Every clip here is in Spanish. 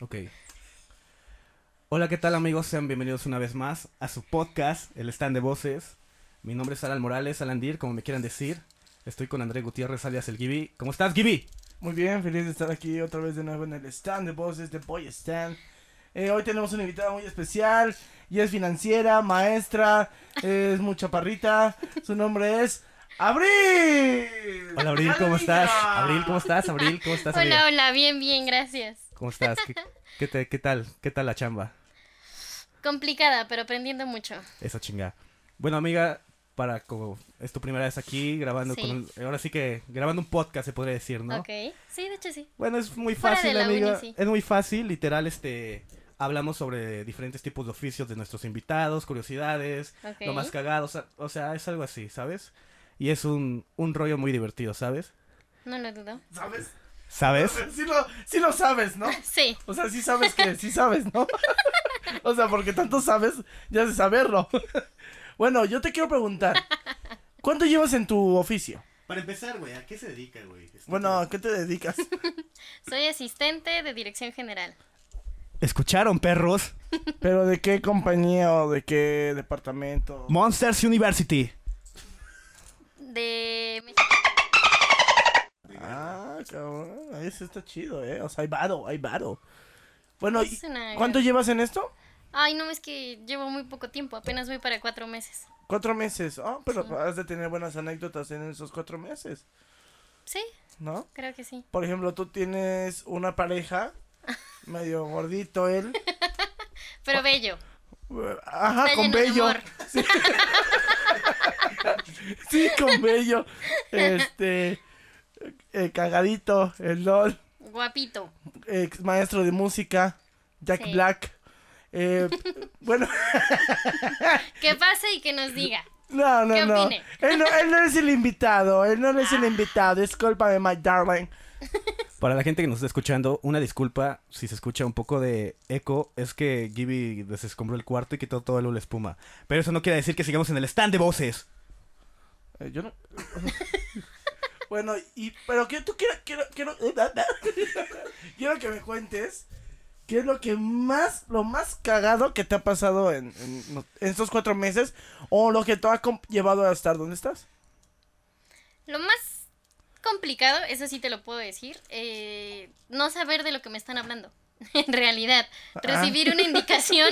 Ok. Hola, ¿qué tal amigos? Sean bienvenidos una vez más a su podcast, El Stand de Voces. Mi nombre es Alan Morales, Alan Dir, como me quieran decir. Estoy con André Gutiérrez, alias el Gibi. ¿Cómo estás, Gibi? Muy bien, feliz de estar aquí otra vez de nuevo en el stand de voces de Boy Stand. Eh, hoy tenemos una invitada muy especial y es financiera, maestra, es muy chaparrita. Su nombre es Abril. Hola, Abril, ¿cómo estás? Abril, ¿cómo estás? Abril, ¿cómo estás? amiga? Hola, hola, bien, bien, gracias. ¿Cómo estás? ¿Qué, qué te- qué tal? ¿Qué tal la chamba? Complicada, pero aprendiendo mucho. Eso chinga. Bueno, amiga, para como es tu primera vez aquí grabando Sí. con un- ahora sí que grabando un podcast se podría decir, ¿no? Ok. Sí, de hecho sí. Bueno, es muy Fuera de fácil, la uni, amiga. sí. Es muy fácil, literal, este hablamos sobre diferentes tipos de oficios de nuestros invitados, curiosidades, Ok. lo más cagado, o sea, o sea, es algo así, ¿sabes? Y es un, un rollo muy divertido, ¿sabes? No lo dudo. ¿Sabes? ¿Sabes? Sí lo, sí lo sabes, ¿no? Sí. O sea, sí sabes que sí sabes, ¿no? O sea, porque tanto sabes, ya de saberlo. Bueno, yo te quiero preguntar, ¿cuánto llevas en tu oficio? Para empezar, güey, ¿a qué se dedica, güey? Este, Bueno, ¿a qué te dedicas? Soy asistente de dirección general. ¿Escucharon, perros? ¿Pero de qué compañía o de qué departamento? Monsters University. De. Ah, cabrón, eso está chido, ¿eh? O sea, hay varo, hay varo. Bueno, Es ¿y una ¿cuánto gran- llevas en esto? Ay, no, es que llevo muy poco tiempo. Apenas voy para cuatro meses. Cuatro meses. Ah, pero has de tener buenas anécdotas en esos cuatro meses, Sí, ¿no? creo que sí. Por ejemplo, tú tienes una pareja, medio gordito él. eh, Pero bello. Ajá, Está con lleno de bello. amor. Sí. Sí, con bello. Este. eh, cagadito, el LOL. Guapito. ex maestro de música, Jack Sí. Black. Eh, bueno, Que pase y que nos diga. no, no, ¿Qué no. opine? Ah. Él no. Él no es el invitado, él no es el invitado, discúlpame, my darling. Para la gente que nos está escuchando, una disculpa si se escucha un poco de eco, es que Gibby desescombró el cuarto y quitó todo el humo de espuma. Pero eso no quiere decir que sigamos en el stand de voces. Eh, yo no- bueno, y, pero que tú quiero, quiero, quiero, eh, quiero que me cuentes qué es lo que más, lo más cagado que te ha pasado en, en, en estos cuatro meses o lo que te ha com- llevado a estar donde estás. Lo más complicado, eso sí te lo puedo decir, eh, no saber de lo que me están hablando. En realidad, recibir una indicación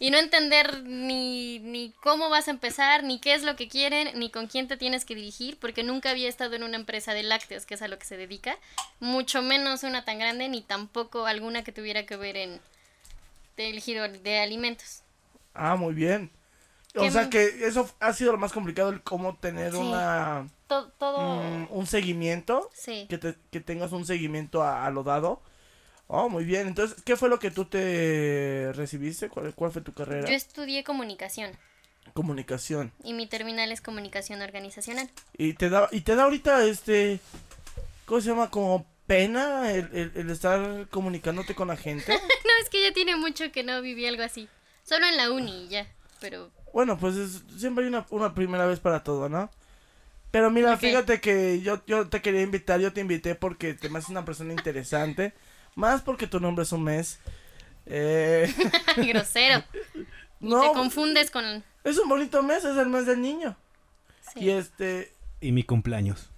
y no entender ni, ni cómo vas a empezar, ni qué es lo que quieren, ni con quién te tienes que dirigir, porque nunca había estado en una empresa de lácteos, que es a lo que se dedica, mucho menos una tan grande, ni tampoco alguna que tuviera que ver en el giro de alimentos. Ah, muy bien. O Que sea me- que eso ha sido lo más complicado, el cómo tener Sí. una... Todo, todo mm, un seguimiento, sí. que, te- que tengas un seguimiento a, a lo dado. Oh, muy bien. Entonces, ¿qué fue lo que tú te recibiste? ¿Cuál, cuál fue tu carrera? Yo estudié comunicación Comunicación. y mi terminal es comunicación organizacional. Y te da, y te da ahorita este, ¿cómo se llama? Como pena el, el- el estar comunicándote con la gente. No, es que ya tiene mucho que no viví algo así. Solo en la uni y ya. Pero Bueno, pues es- siempre hay una, una primera vez para todo, ¿no? Pero mira, Ok. fíjate que yo, yo te quería invitar, yo te invité porque te me haces una persona interesante. Más porque tu nombre es un mes. Eh, grosero. Te no, confundes con... Es un bonito mes, es el mes del niño. sí. Y este, Y mi cumpleaños.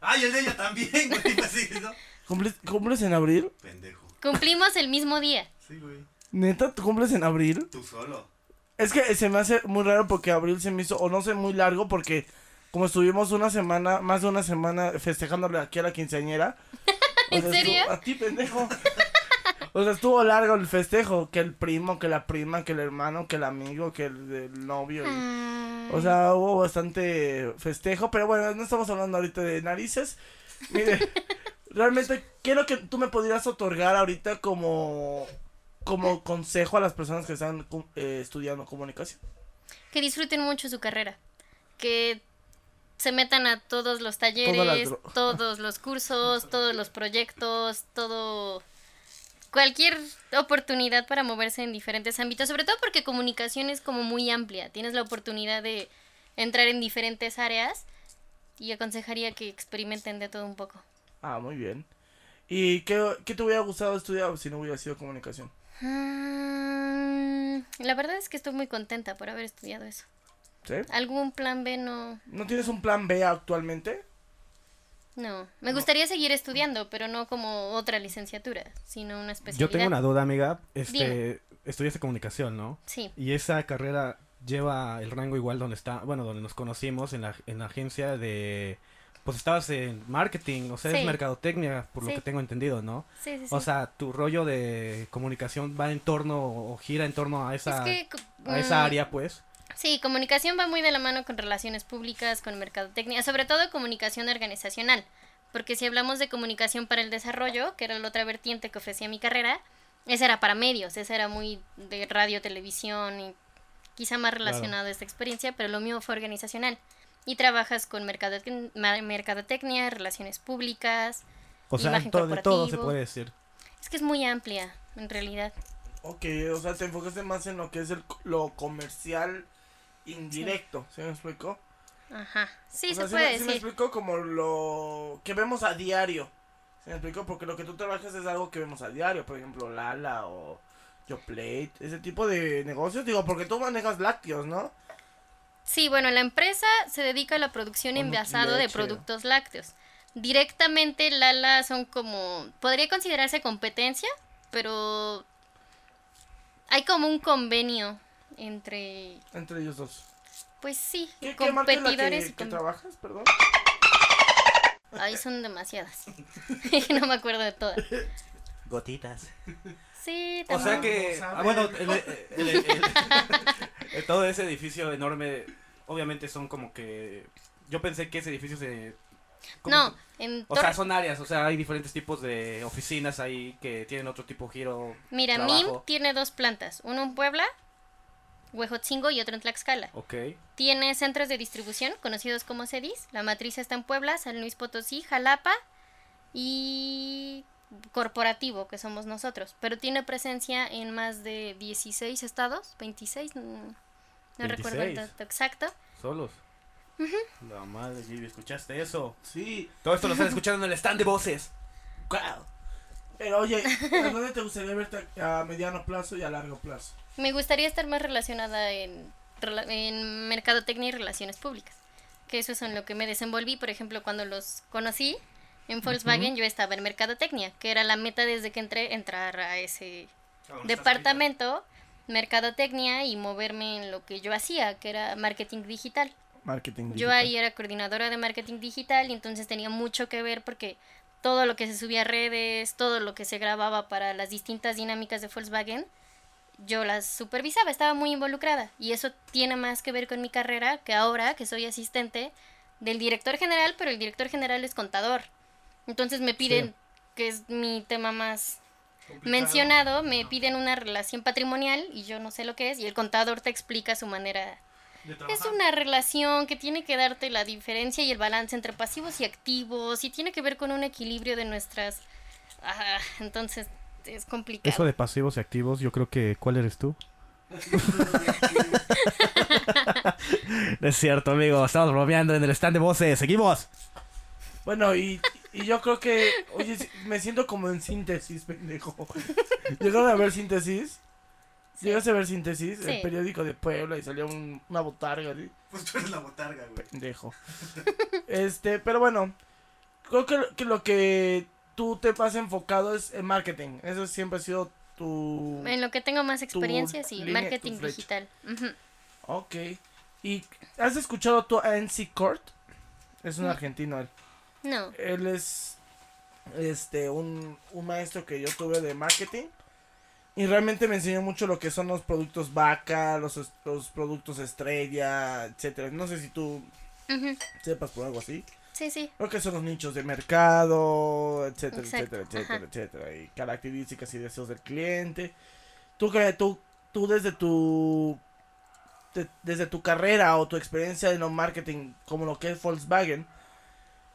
Ay, el de ella también, güey. iba a decir, ¿no? ¿cumples, cumples en abril? Pendejo. Cumplimos el mismo día. Sí, güey. ¿Neta, tú cumples en abril? Tú solo. Es que se me hace muy raro porque abril se me hizo, o no sé, muy largo porque como estuvimos una semana, más de una semana festejándole aquí a la quinceañera. o ¿En sea, serio? estuvo- a ti, pendejo. O sea, estuvo largo el festejo, que el primo, que la prima, que el hermano, que el amigo, que el, el novio. Ah. y- O sea, hubo bastante festejo, pero bueno, no estamos hablando ahorita de narices. Mire, realmente quiero que tú me pudieras otorgar ahorita como, como consejo a las personas que están cu- eh, estudiando comunicación. que disfruten mucho su carrera. Que se metan a todos los talleres, dro- todos los cursos, todos los proyectos, todo... Cualquier oportunidad para moverse en diferentes ámbitos, sobre todo porque comunicación es como muy amplia. Tienes la oportunidad de entrar en diferentes áreas y aconsejaría que experimenten de todo un poco. Ah, muy bien. ¿Y qué, qué te hubiera gustado estudiar si no hubiera sido comunicación? Mm, La verdad es que estoy muy contenta por haber estudiado eso. ¿Sí? ¿Algún plan B no? ¿No tienes un plan B actualmente? No. Me gustaría seguir estudiando, pero no como otra licenciatura, sino una especialidad. Yo tengo una duda, amiga. Este, estudiaste comunicación, ¿no? Sí. Y esa carrera lleva el rango igual donde está, bueno, donde nos conocimos en la, en la agencia de pues estabas en marketing, o sea, es Sí. mercadotecnia, por lo Sí. que tengo entendido, ¿no? Sí, sí, sí. O sea, tu rollo de comunicación va en torno o gira en torno a esa Es que, co- a esa mm, área, pues. Sí, comunicación va muy de la mano con relaciones públicas, con mercadotecnia, sobre todo comunicación organizacional. Porque si hablamos de comunicación para el desarrollo, que era la otra vertiente que ofrecía mi carrera, esa era para medios, esa era muy de radio, televisión y quizá más relacionado a esta experiencia, pero lo mío fue organizacional. Y trabajas con mercadotec- ma- mercadotecnia, relaciones públicas. O sea, imagen to- de todo se corporativo. puede decir. Es que es muy amplia, en realidad. Ok, o sea, te enfocaste más en lo que es el, co- lo comercial indirecto, ¿se me explicó? Ajá. Sí, O sea, se puede me- me decir. explicó como lo que vemos a diario. ¿Se me explicó? Porque lo que tú trabajas es algo que vemos a diario, por ejemplo, Lala o Yoplate, ese tipo de negocios. Digo, porque tú manejas lácteos, ¿no? Sí, bueno, la empresa se dedica a la producción y O envasado de Nutrileche. productos lácteos. Directamente Lala son como, podría considerarse competencia, pero hay como un convenio entre, Entre ellos dos. pues sí, ¿Qué, qué marca es la competidores que, y que com- trabajas, perdón? Ay, son demasiadas. no me acuerdo de todas. Gotitas. Sí, O sea también. que, Vamos a ah, bueno, el- el- el- el- todo ese edificio enorme, obviamente son como que, yo pensé que ese edificio se... ¿cómo No, se- en O sea, Tor- son áreas, o sea, hay diferentes tipos de oficinas ahí que tienen otro tipo de giro. Mira, MIM trabajo. tiene dos plantas, uno en Puebla, Huejotzingo y otro en Tlaxcala. Ok. Tiene centros de distribución conocidos como CEDIS. La matriz está en Puebla, San Luis Potosí, Jalapa y corporativo, que somos nosotros. Pero tiene presencia en más de 16 estados, 26, mm, no recuerdo el 26. dato exacto. Solos. La madre, Gibi, ¿escuchaste eso? Sí. Todo esto lo están escuchando en el stand de voces. Wow. Pero oye, ¿a dónde te gustaría verte a mediano plazo y a largo plazo? Me gustaría estar más relacionada en, rela- en mercadotecnia y relaciones públicas, que eso es en lo que me desenvolví. Por ejemplo, cuando los conocí en Volkswagen, yo estaba en mercadotecnia, que era la meta desde que entré, entrar a ese departamento, mercadotecnia y moverme en lo que yo hacía, que era marketing digital. Marketing. Yo ahí era coordinadora de marketing digital y entonces tenía mucho que ver porque todo lo que se subía a redes, todo lo que se grababa para las distintas dinámicas de Volkswagen, yo las supervisaba, estaba muy involucrada. Y eso tiene más que ver con mi carrera que ahora que soy asistente del director general, pero el director general es contador. Entonces me piden, que es mi tema más mencionado, me piden una relación patrimonial y yo no sé lo que es y el contador te explica su manera es una relación que tiene que darte la diferencia y el balance entre pasivos y activos y tiene que ver con un equilibrio de nuestras... Ah, entonces es complicado. de pasivos y activos, yo creo que, ¿cuál eres tú? es cierto, amigo, estamos bromeando en el stand de voces, seguimos. Bueno, y, y yo creo que, oye, sí, me siento como en síntesis, pendejo. ¿Llegaron a ver síntesis? ¿Llegaste a ver síntesis? Sí. El periódico de Puebla y salió un- una botarga, así, Pues tú eres la botarga, güey. pendejo. Este, pero bueno, creo que, lo- que lo que tú te has enfocado es en marketing. Eso siempre ha sido tu... En lo que tengo más experiencia, sí, línea, marketing tu flecha. digital. Ujú. Ok. ¿Y has escuchado tú a NC Cort? Es un No. argentino él. No, Él es este un, un maestro que yo tuve de marketing. Y realmente me enseñó mucho lo que son los productos vaca, los, es- los productos estrella, etcétera. No sé si tú Ujú. sepas por algo así. sí, sí. Lo que son los nichos de mercado, etcétera, Exacto, etcétera, ajá. etcétera, etcétera. Y características y deseos del cliente. Tú que tú, tú desde tu de- desde tu carrera o tu experiencia en lo marketing, como lo que es Volkswagen,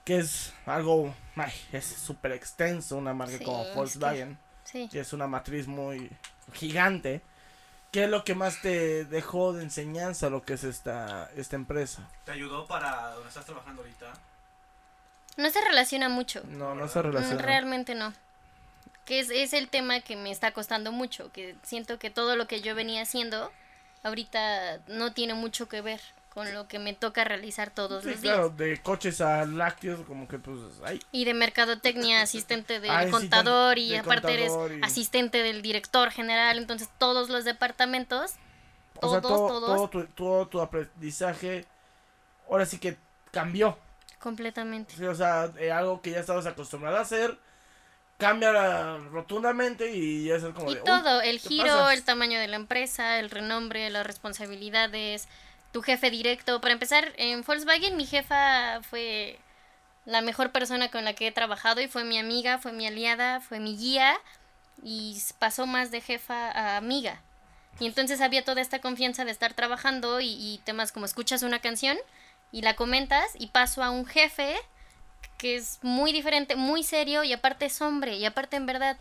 que es algo ay, es súper extenso una marca Sí, como es que- Volkswagen, sí. que es una matriz muy gigante. ¿Qué es lo que más te dejó de enseñanza lo que es esta esta empresa? ¿Te ayudó para donde estás trabajando ahorita? No se relaciona mucho. No, no se Mm, relaciona. Realmente no. que es, es el tema que me está costando mucho, que siento que todo lo que yo venía haciendo ahorita no tiene mucho que ver con lo que me toca realizar todos Sí, los días. claro, de coches a lácteos, como que pues, ay, Y de mercadotecnia, asistente del Ah, es contador y asistente del aparte contador eres y- asistente del director general, entonces todos los departamentos, o sea, Todos, todo, todos. todo tu, todo tu aprendizaje, ahora sí que cambió. completamente. Sí, o sea, eh, algo que ya estabas acostumbrado a hacer, cambia la- rotundamente y ya es como Y de, "Uy, todo, el ¿qué giro, pasa?". el tamaño de la empresa, el renombre, las responsabilidades, tu jefe directo. Para empezar, en Volkswagen mi jefa fue la mejor persona con la que he trabajado y fue mi amiga, fue mi aliada, fue mi guía y s- pasó más de jefa a amiga. Y entonces había toda esta confianza de estar trabajando y, y temas como escuchas una canción y la comentas y paso a un jefe que es muy diferente, muy serio y aparte es hombre y aparte en verdad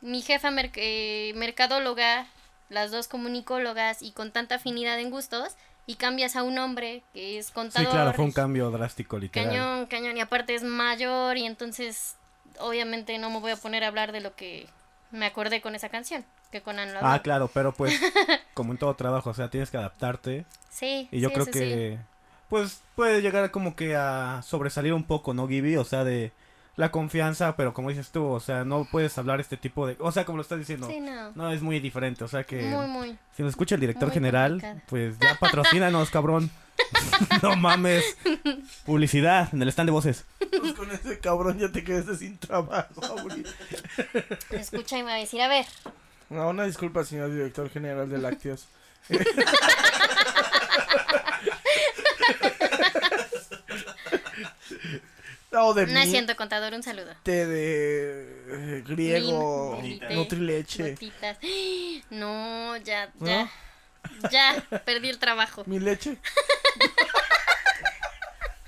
mi jefa merc- eh, mercadóloga, las dos comunicólogas y con tanta afinidad en gustos y cambias a un hombre que es Sí, contador. claro, fue un cambio drástico, literal. Cañón, cañón. Y aparte es mayor y entonces obviamente no me voy a poner a hablar de lo que me acordé con esa canción. Que Conan lo Ah, habló. claro, pero pues, como en todo trabajo, o sea, tienes que adaptarte. Sí. Y yo sí, creo sí, sí. que, pues, puede llegar como que a sobresalir un poco, ¿no, Gibby? O sea, de la confianza, pero como dices tú, o sea, no puedes hablar este tipo de... O sea, como lo estás diciendo, Sí, no. no Eh, es muy diferente, o sea que... Muy, muy. Si nos escucha el director muy general, complicada. pues ya patrocínanos, cabrón. no mames. Publicidad en el stand de voces. Pues con ese cabrón ya te quedaste sin trabajo, Abril. Me escucha y me va a decir, a ver, No, una disculpa, señor director general de lácteos. no, de no es mi- siendo contador, un saludo. té de eh, griego, Lim- Nutri- del té, nutrileche. gotitas. No, ya, ¿No? ya. Ya, perdí el trabajo. Mi leche.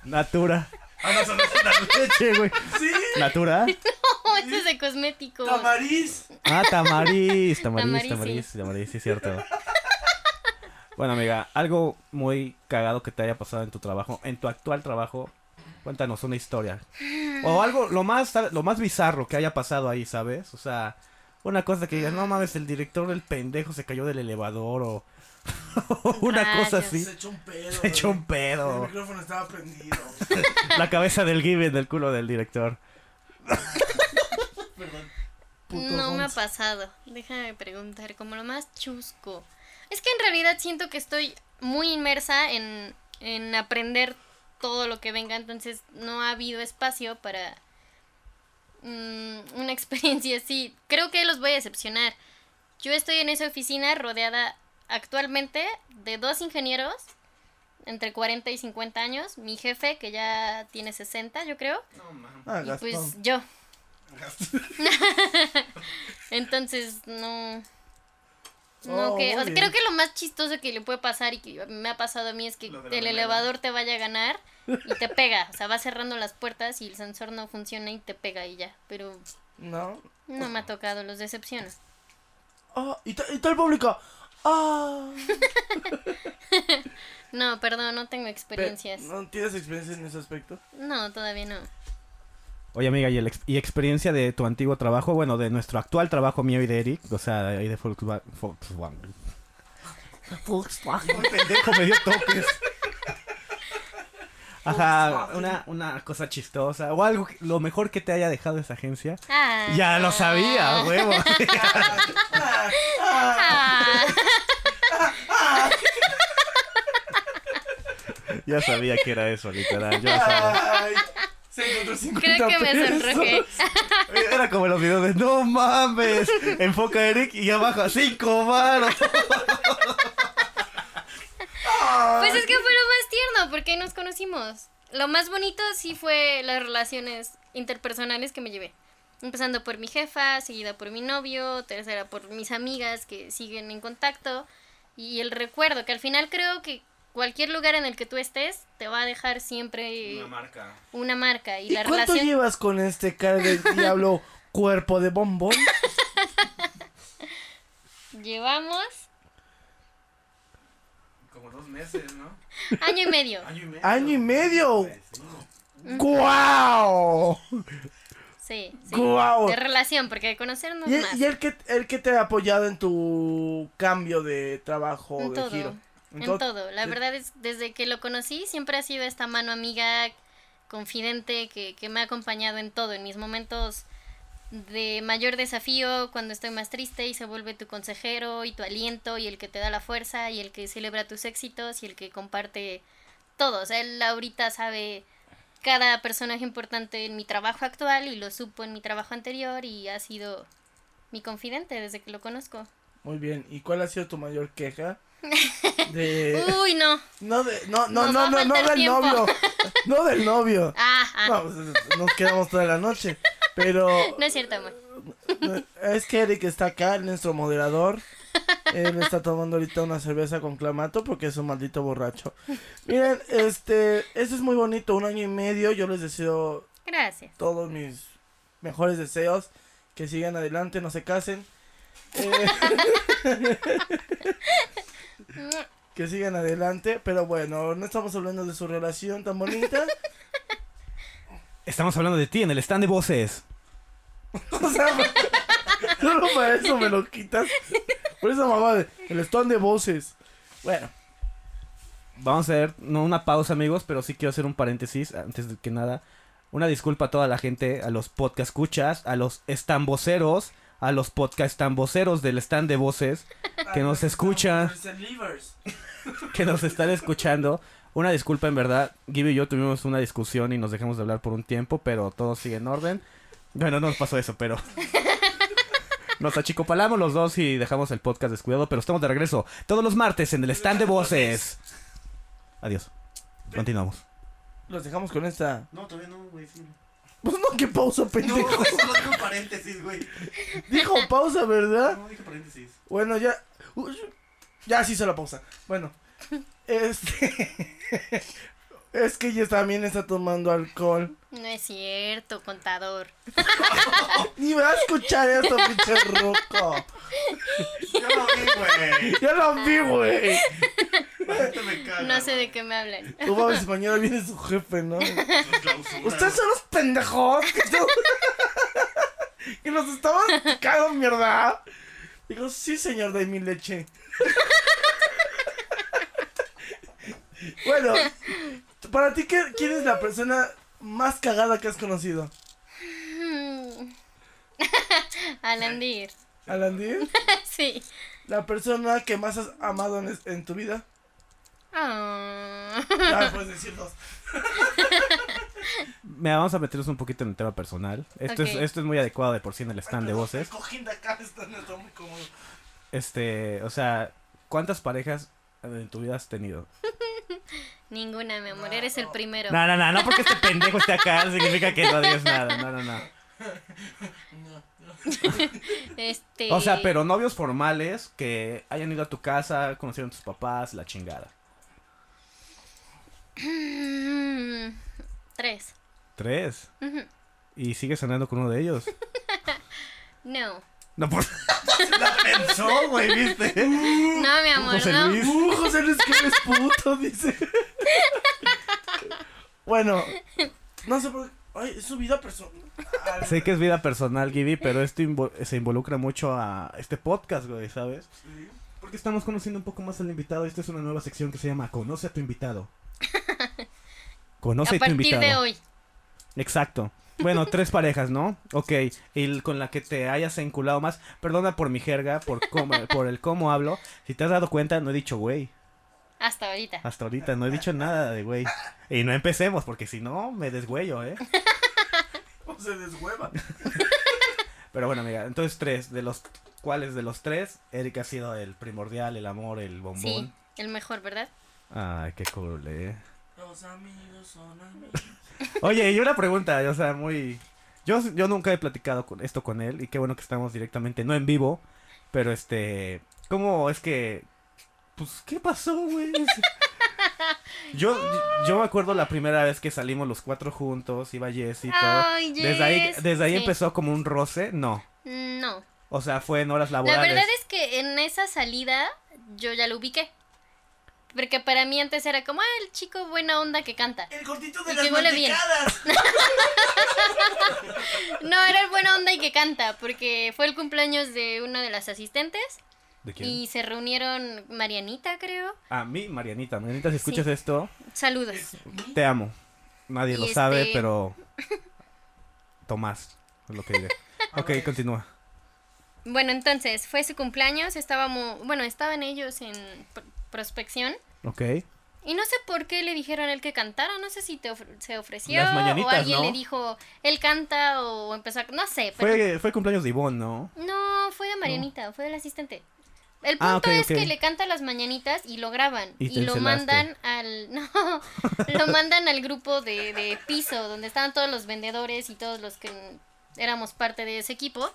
Natura. Ah, no, son las Leche, güey. Sí, Natura. Oh, esto es de cosmético. tamariz. Ah, Tamariz, tamariz, tamariz, tamariz, tamariz, sí, cierto. Bueno, amiga, algo muy cagado que te haya pasado en tu trabajo, en tu actual trabajo, cuéntanos una historia. O algo, lo más, ¿sabes? lo más bizarro que haya pasado ahí, ¿sabes? O sea, una cosa que digas, no mames, el director del pendejo se cayó del elevador o una cosa Rayos. así. se echó un pedo. Se echó un El pedo. micrófono estaba prendido. La cabeza del Given del culo del director. Puto no me ha Hans. pasado. Déjame preguntar, como lo más chusco. Es que en realidad siento que estoy muy inmersa en, en aprender todo lo que venga, entonces no ha habido espacio para mm, una experiencia así. Creo que los voy a decepcionar. Yo estoy en esa oficina rodeada actualmente de dos ingenieros entre 40 y 50 años, mi jefe que ya tiene 60 yo creo, No, mames. Ah, y Gastón. pues yo. Entonces, no. No, Oh, que, muy o sea, bien. creo que lo más chistoso que le puede pasar y que me ha pasado a mí es que Lo de la el remera. elevador te vaya a ganar y te pega. O sea, va cerrando las puertas y el sensor no funciona y te pega y ya. Pero No. no me ha tocado, los decepciona. Ah, y, ta- y todo el público. Ah. No, perdón, no tengo experiencias. Pe- ¿No tienes experiencia en ese aspecto? No, todavía no. Oye, amiga, ¿y, el ex- y experiencia de tu antiguo trabajo? Bueno, de nuestro actual trabajo mío y de Eric, o sea, de ahí de Volkswagen. Volkswagen. Un pendejo me dio toques. Ajá, una, una cosa chistosa o algo, que- lo mejor que te haya dejado esa agencia. Ah. Ya lo sabía, huevo. Ah. ya sabía que era eso, literal. Yo lo sabía. Ay, se encontró 50 Creo que me pesos. sonrojé. Era como los videos de no mames. Enfoca a Eric y abajo a cinco varos. Pues es que fue lo más tierno, porque ahí nos conocimos. Lo más bonito sí fue las relaciones interpersonales que me llevé. Empezando por mi jefa, seguida por mi novio, tercera por mis amigas que siguen en contacto. Y el recuerdo, que al final creo que cualquier lugar en el que tú estés te va a dejar siempre una marca. Y, ¿Y la cuánto relación... llevas con este cara de diablo cuerpo de bombón? Llevamos Como dos meses, ¿no? año y medio. Año y medio. Año y medio. Sí. ¡Guau! Sí, sí. ¡Guau! De relación, porque de conocer no ¿Y, es más. y el, que, el que te ha apoyado en tu cambio de trabajo, de En todo, giro? En Entonces, todo. La de- verdad es, desde que lo conocí, siempre ha sido esta mano amiga, confidente, que, que me ha acompañado en todo, en mis momentos de mayor desafío, cuando estoy más triste y se vuelve tu consejero y tu aliento y el que te da la fuerza y el que celebra tus éxitos y el que comparte todo. O sea, él ahorita sabe cada personaje importante en mi trabajo actual y lo supo en mi trabajo anterior y ha sido mi confidente desde que lo conozco. Muy bien. ¿Y cuál ha sido tu mayor queja? De... Uy, no. No, de, no, no, Uh. Nos no, va a no, no faltar del tiempo. novio. No del novio. Ah, ah, No, pues, nos quedamos toda la noche. Pero eh, No es cierto, amor. es que Eric está acá, él es nuestro moderador. Él está tomando ahorita una cerveza con clamato porque es un maldito borracho. Miren, este, eso es muy bonito. Un año y medio, yo les deseo Gracias. todos mis mejores deseos. Que sigan adelante, no se casen. Eh, que sigan adelante. Pero bueno, no estamos hablando de su relación tan bonita. Estamos hablando de ti en el stand de voces. O sea, solo para eso me lo quitas. Por esa mamá de el stand de voces. Bueno, Vamos a hacer, no una pausa, amigos, pero sí quiero hacer un paréntesis antes de que nada. Una disculpa a toda la gente, a los podcast escuchas, a los estamboceros, a los podcast estamboceros del stand de voces que nos escuchan, que nos están escuchando. Una disculpa, en verdad. Gibby y yo tuvimos una discusión y nos dejamos de hablar por un tiempo, pero todo sigue en orden. Bueno, no nos pasó eso, pero. Nos achicopalamos los dos y dejamos el podcast descuidado, pero estamos de regreso todos los martes en el stand de voces. Adiós. Continuamos. los dejamos con esta. No, todavía no, güey. sí. Pues no, que pausa, No, pendejo. solo digo paréntesis, güey. Dijo pausa, ¿verdad? No, dije paréntesis. Bueno, ya. Uy, Ya se hizo la pausa. Bueno, este. Es que ella también está tomando alcohol. No es cierto, contador. Ni va a escuchar esto, pinche roco. Yo lo vi, güey. Ya lo vi, güey. La gente me caga. No sé de güey. qué me hablan. Tú mames, mañana viene su jefe, ¿no? Los clausuras, Ustedes son los pendejos que, se- que nos estaban picando mierda. Digo, sí, señor de mi leche. bueno, para ti, ¿qué- ¿quién es la persona más cagada que has conocido? Mm. Alandir. Alandir, Sí. la persona que más has amado en, es- en tu vida. Ah. Ya puedes decirnos. Mira, vamos a meternos un poquito en el tema personal. Esto, Ok. es, esto es muy adecuado de por sí en el stand de El voces. cojín de acá está, no está muy cómodo. Este, o sea, ¿cuántas parejas en tu vida has tenido? Ninguna, mi amor. Eres el primero. No, no, no, no porque este pendejo esté acá significa que no digas nada. No, no, no. Este. O sea, pero novios formales que hayan ido a tu casa, conocieron a tus papás, la chingada. Mm. Tres. Tres. Ujú. Y sigues andando con uno de ellos. No. No, por... La pensó, güey, ¿viste? No, mi amor, José no. Luis. Uh, José Luis, que eres puto, dice. bueno, no sé por qué. Ay, es su vida personal. Sé que es vida personal, Gibby, pero esto invo- se involucra mucho a este podcast, güey, ¿sabes? Porque estamos conociendo un poco más al invitado. Esta es una nueva sección que se llama Conoce a tu invitado. Conoce A a tu partir invitado. de hoy. Exacto. Bueno, tres parejas, ¿no? Ok. Y el- con la que te hayas enculado más. Perdona por mi jerga, por, cómo- por el cómo hablo. Si te has dado cuenta, no he dicho güey. Hasta ahorita. Hasta ahorita no he dicho nada de güey. Y no empecemos, porque si no, me desgüello, ¿eh? Se deshueva. Pero bueno, amiga, entonces tres. ¿De los cuáles de los tres? Eric ha sido el primordial, el amor, el bombón. Sí. El mejor, ¿verdad? Ay, qué cool, ¿eh? Los amigos son amigos. Oye, y una pregunta, o sea, muy... Yo, yo nunca he platicado con esto con él y qué bueno que estamos directamente, no en vivo, pero este... ¿Cómo es que...? Pues, ¿qué pasó, güey? O sea, Yo, yo me acuerdo la primera vez que salimos los cuatro juntos, iba Jess y todo. Ay, Desde ahí, Jess. desde ahí Sí. empezó como un roce, no. No. O sea, fue en horas La laborales. verdad es que en esa salida yo ya lo ubiqué. Porque para mí antes era como, ah, el chico buena onda que canta. El gordito de Y las que huele bien. mantecadas. No, era el buena onda y que canta, porque fue el cumpleaños de una de las asistentes ¿De quién? y se reunieron Marianita, creo. A mí, Marianita. Marianita, si escuchas esto, Saludos. te amo. Nadie Y lo sabe, este- pero. Tomás, es lo que diré. ok, continúa. Bueno, entonces, fue su cumpleaños, estábamos, bueno, estaban ellos en pr- prospección. Ok. Y no sé por qué le dijeron a él que cantara, no sé si te ofre- se ofreció Las o mañanitas, alguien ¿no? le dijo, él canta o empezó a... No sé, pero... Fue, fue cumpleaños de Ivonne, ¿no? No, fue de Marianita, fue del asistente. El punto Ah, ok, es ok. que le canta las mañanitas y lo graban. Y Y, te lo encelaste. mandan al. No, lo mandan al grupo de, de piso, donde estaban todos los vendedores y todos los que éramos parte de ese equipo.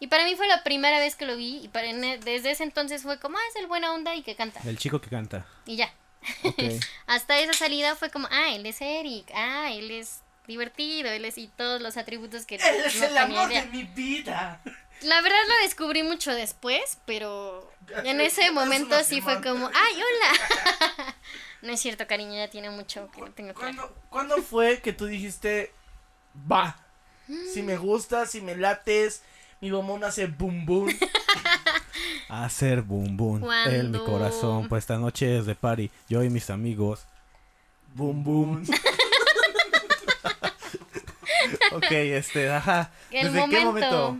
Y para mí fue la primera vez que lo vi. Y para, en- e, desde ese entonces fue como, ah, es el buena onda y que canta. El chico que canta. Y ya. Ok. Hasta esa salida fue como, ah, él es Eric, ah, él es divertido, él es. Y todos los atributos que. Él es no el tenía amor idea. de mi vida. La verdad lo descubrí mucho después, pero en ese Es momento una sí fue semana. como, ¡ay, hola! No es cierto, cariño, ya tiene mucho que no tengo claro. ¿Cuándo, cuándo fue que tú dijiste, va, si me gusta, si me lates, mi bombón hace boom boom? Hacer boom boom en mi Cuando- corazón. Pues esta noche es de party. Yo y mis amigos. Boom boom. ok, este, ajá. El ¿Desde qué momento. momento?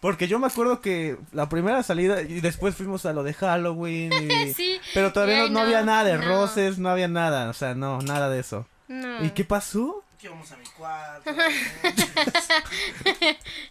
Porque yo me acuerdo que la primera salida y después fuimos a lo de Halloween. y- Sí, Pero todavía y no, ay, no había no, nada de no. roces, no había nada. O sea, no, nada de eso. No. ¿Y qué pasó? Que vamos a mi cuarto.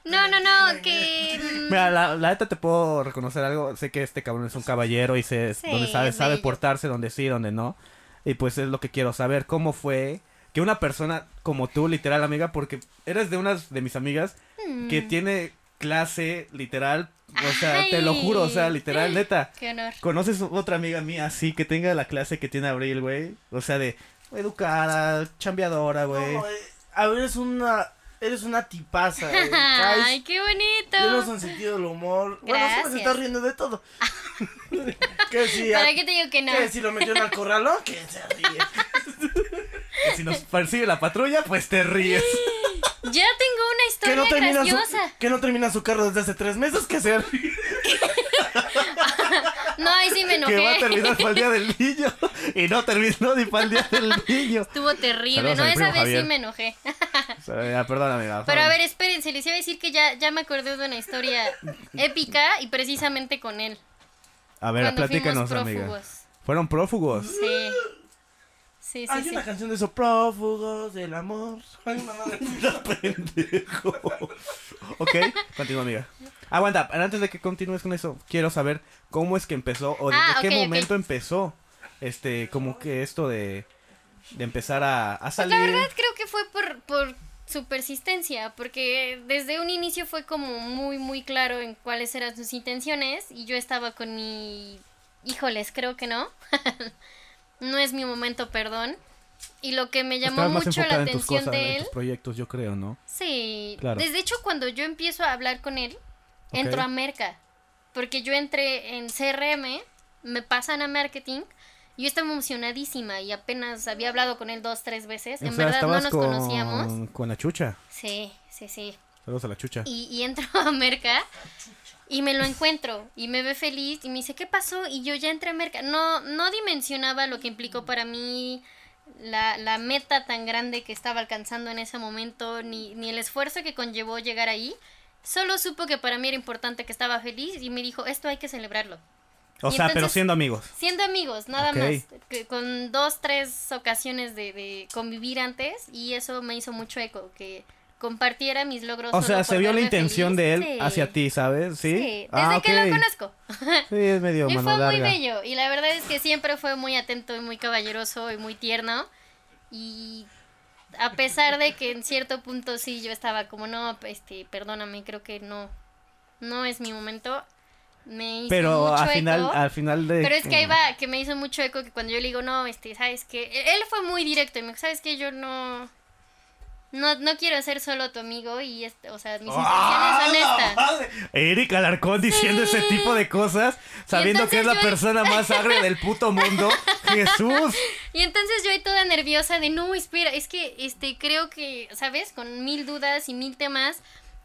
no, no, no, que... mm, Mira, la, la neta te puedo reconocer algo. Sé que este cabrón es un caballero y sé Sí, donde sabe, es sabe bello. portarse, donde sí, donde no. Y pues es lo que quiero saber. ¿Cómo fue que una persona como tú, literal, amiga, porque eres de unas de mis amigas mm, que tiene clase, literal, o sea, te lo juro, o sea, Ay. literal, neta. Qué honor. ¿Conoces otra amiga mía así que tenga la clase que tiene Abril, güey? O sea, de educada, chambeadora, güey. No, eh, a ver, eres una, eres una tipaza. eh, caes- ¡Ay, qué Tienes bonito! un sentido del humor. Bueno, se Gracias. nos está riendo de todo. que si, a- ¿Para qué te digo que no? que si lo metieron al corralón, que se ríe. Y si nos persigue la patrulla, pues te ríes. Ya tengo una Que historia no, termina su, graciosa. que no termina su carro desde hace tres meses, que se ríe. No, ahí sí me enojé. que va a terminar para el día del niño. Y no terminó ni para el día del niño. Estuvo terrible, Saludos ¿no? a mi Esa primo vez Javier. sí me enojé. O sea, ya, perdón, amiga. Pero a perdón. ver, espérense, les iba a decir que ya, ya me acordé de una historia épica y precisamente con él. A ver, cuando platícanos, fuimos amiga. prófugos. Fueron prófugos. Sí. Sí, sí, Hay sí. una canción de esos prófugos del amor. Ay, mamá. Pendejo. ok, continúa, amiga. Aguanta, antes de que continúes con eso, quiero saber cómo es que empezó o desde Ah, qué ok, ok. momento empezó. Este, como que esto de, de empezar a, a salir. Pues La verdad creo que fue por, por su persistencia, porque desde un inicio fue como muy, muy claro en cuáles eran sus intenciones y yo estaba con mi... Híjoles, creo que no. no es mi momento, perdón. Y lo que me llamó Estabas más mucho la enfocada en tus atención cosas, de en él tus proyectos, yo creo, ¿no? Sí, Claro. desde hecho cuando yo empiezo a hablar con él, entro Ok. a Merca, porque yo entré en CRM, me pasan a marketing, yo estaba emocionadísima y apenas había hablado con él dos, tres veces, en verdad no estabas nos conocíamos. con, con la chucha. Sí, sí, sí. Saludos a la chucha. Y, y entro a Merca y me lo encuentro y me ve feliz y me dice, ¿qué pasó? Y yo ya entré a Merca. No, no dimensionaba lo que implicó para mí la, la meta tan grande que estaba alcanzando en ese momento, ni, ni el esfuerzo que conllevó llegar ahí. Solo supo que para mí era importante que estaba feliz y me dijo, esto hay que celebrarlo. O y sea, pero entonces- siendo amigos. Siendo amigos, nada Ok. más. que Con dos, tres ocasiones de, de convivir antes y eso me hizo mucho eco, que compartiera mis logros. O solo sea, por se vio la verme feliz. intención de él Sí. hacia ti, ¿sabes? Sí. Sí, desde Ah, que ok. lo conozco. Sí, es medio Y mano fue muy larga. bello. Y la verdad es que siempre fue muy atento y muy caballeroso y muy tierno. Y a pesar de que en cierto punto sí yo estaba como, no, este, perdóname, creo que no, no es mi momento. Me hizo Pero mucho al final, eco. al final de. Pero es que ahí va, que me hizo mucho e-, eco que cuando yo le digo, no, este, sabes que, él fue muy directo y me dijo, sabes que yo no, No, no quiero ser solo tu amigo y, es- o sea, mis ¡Ah, intenciones son la estas. madre! Eric Alarcón diciendo Sí. ese tipo de cosas, sabiendo que es la entonces yo- persona más agria del puto mundo. Jesús. Y entonces yo ahí toda nerviosa de no, espera, es que este creo que, ¿sabes? Con mil dudas y mil temas.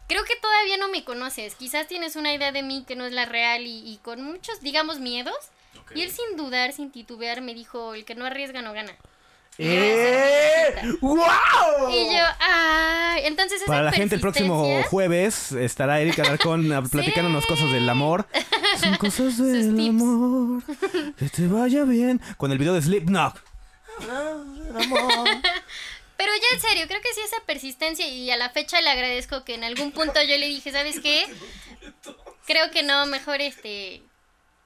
Creo que todavía no me conoces. Quizás tienes una idea de mí que no es la real y, y con muchos, digamos, miedos. Y él sin dudar, sin titubear, me dijo, el que no arriesga no gana. ¡Eh! ¡Wow! Y yo, ay, entonces esa Para la gente, el próximo persistencia, jueves estará Eric Alarcón a- platicándonos cosas del amor. Son cosas del tips. amor. Que te vaya bien. Con el video de Slipknot. Pero ya en serio, creo que sí esa persistencia y a la fecha le agradezco que en algún punto yo le dije, ¿sabes qué? Creo que no, mejor este...